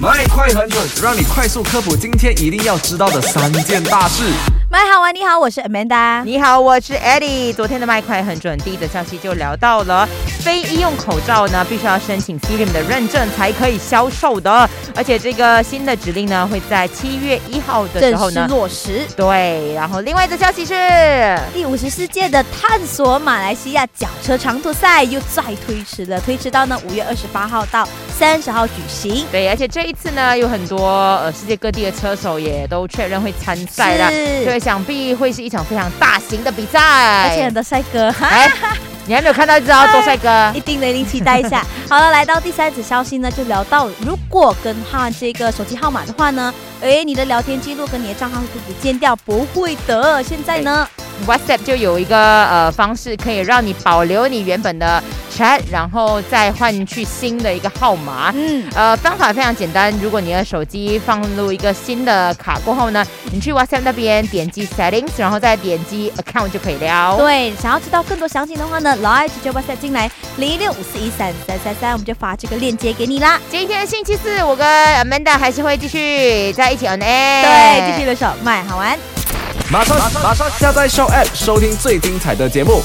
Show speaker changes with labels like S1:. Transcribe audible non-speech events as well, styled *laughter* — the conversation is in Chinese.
S1: 麦快很准，让你快速科普今天一定要知道的三件大事。
S2: 麦好玩，你好，我是 Amanda。
S3: 你好，我是 Eddie。昨天的麦快很准，第一则消息就聊到了非医用口罩呢，必须要申请 CIM 的认证才可以销售的，而且这个新的指令呢会在七月一号的时候
S2: 正式
S3: 呢。
S2: 落实。
S3: 对，然后另外一则消息是，
S2: 第五十四届的探索马来西亚脚车长途赛又再推迟了，推迟到呢五月二十八号到三十号举行。
S3: 对，而且这一次呢，有很多呃世界各地的车手也都确认会参赛啦，
S2: 是
S3: 对，想必会是一场非常大型的比赛。
S2: 而且很啊哎多帅哥， *laughs* 哈，
S3: 哎，你还没有看到一只啊，多帅哥
S2: 一！定的，一定期待一
S3: *laughs*
S2: 下。好了，来到第三则消息呢，就聊到如果更换这个手机号码的话呢，诶，你的聊天记录跟你的账号会不会间掉？不会的，现在呢，
S3: WhatsApp 就有一个呃方式，可以让你保留你原本的 chat，然后再换去新的一个号码。
S2: 嗯，
S3: 呃，方法非常简单，如果你的手机放入一个新的卡过后呢，你去 WhatsApp 那边点击 Settings，然后再点击 Account 就可以了。
S2: 对，想要知道更多详情的话呢，来直接 WhatsApp 进来零一六五四一三三三三，我们就发这个链接给你啦。
S3: 今天星期四，我跟 Amanda 还是会继续在一起 on air。
S2: 哎对，继续留守，麦好玩。
S1: 马上马上下载 Show App 收听最精彩的节目，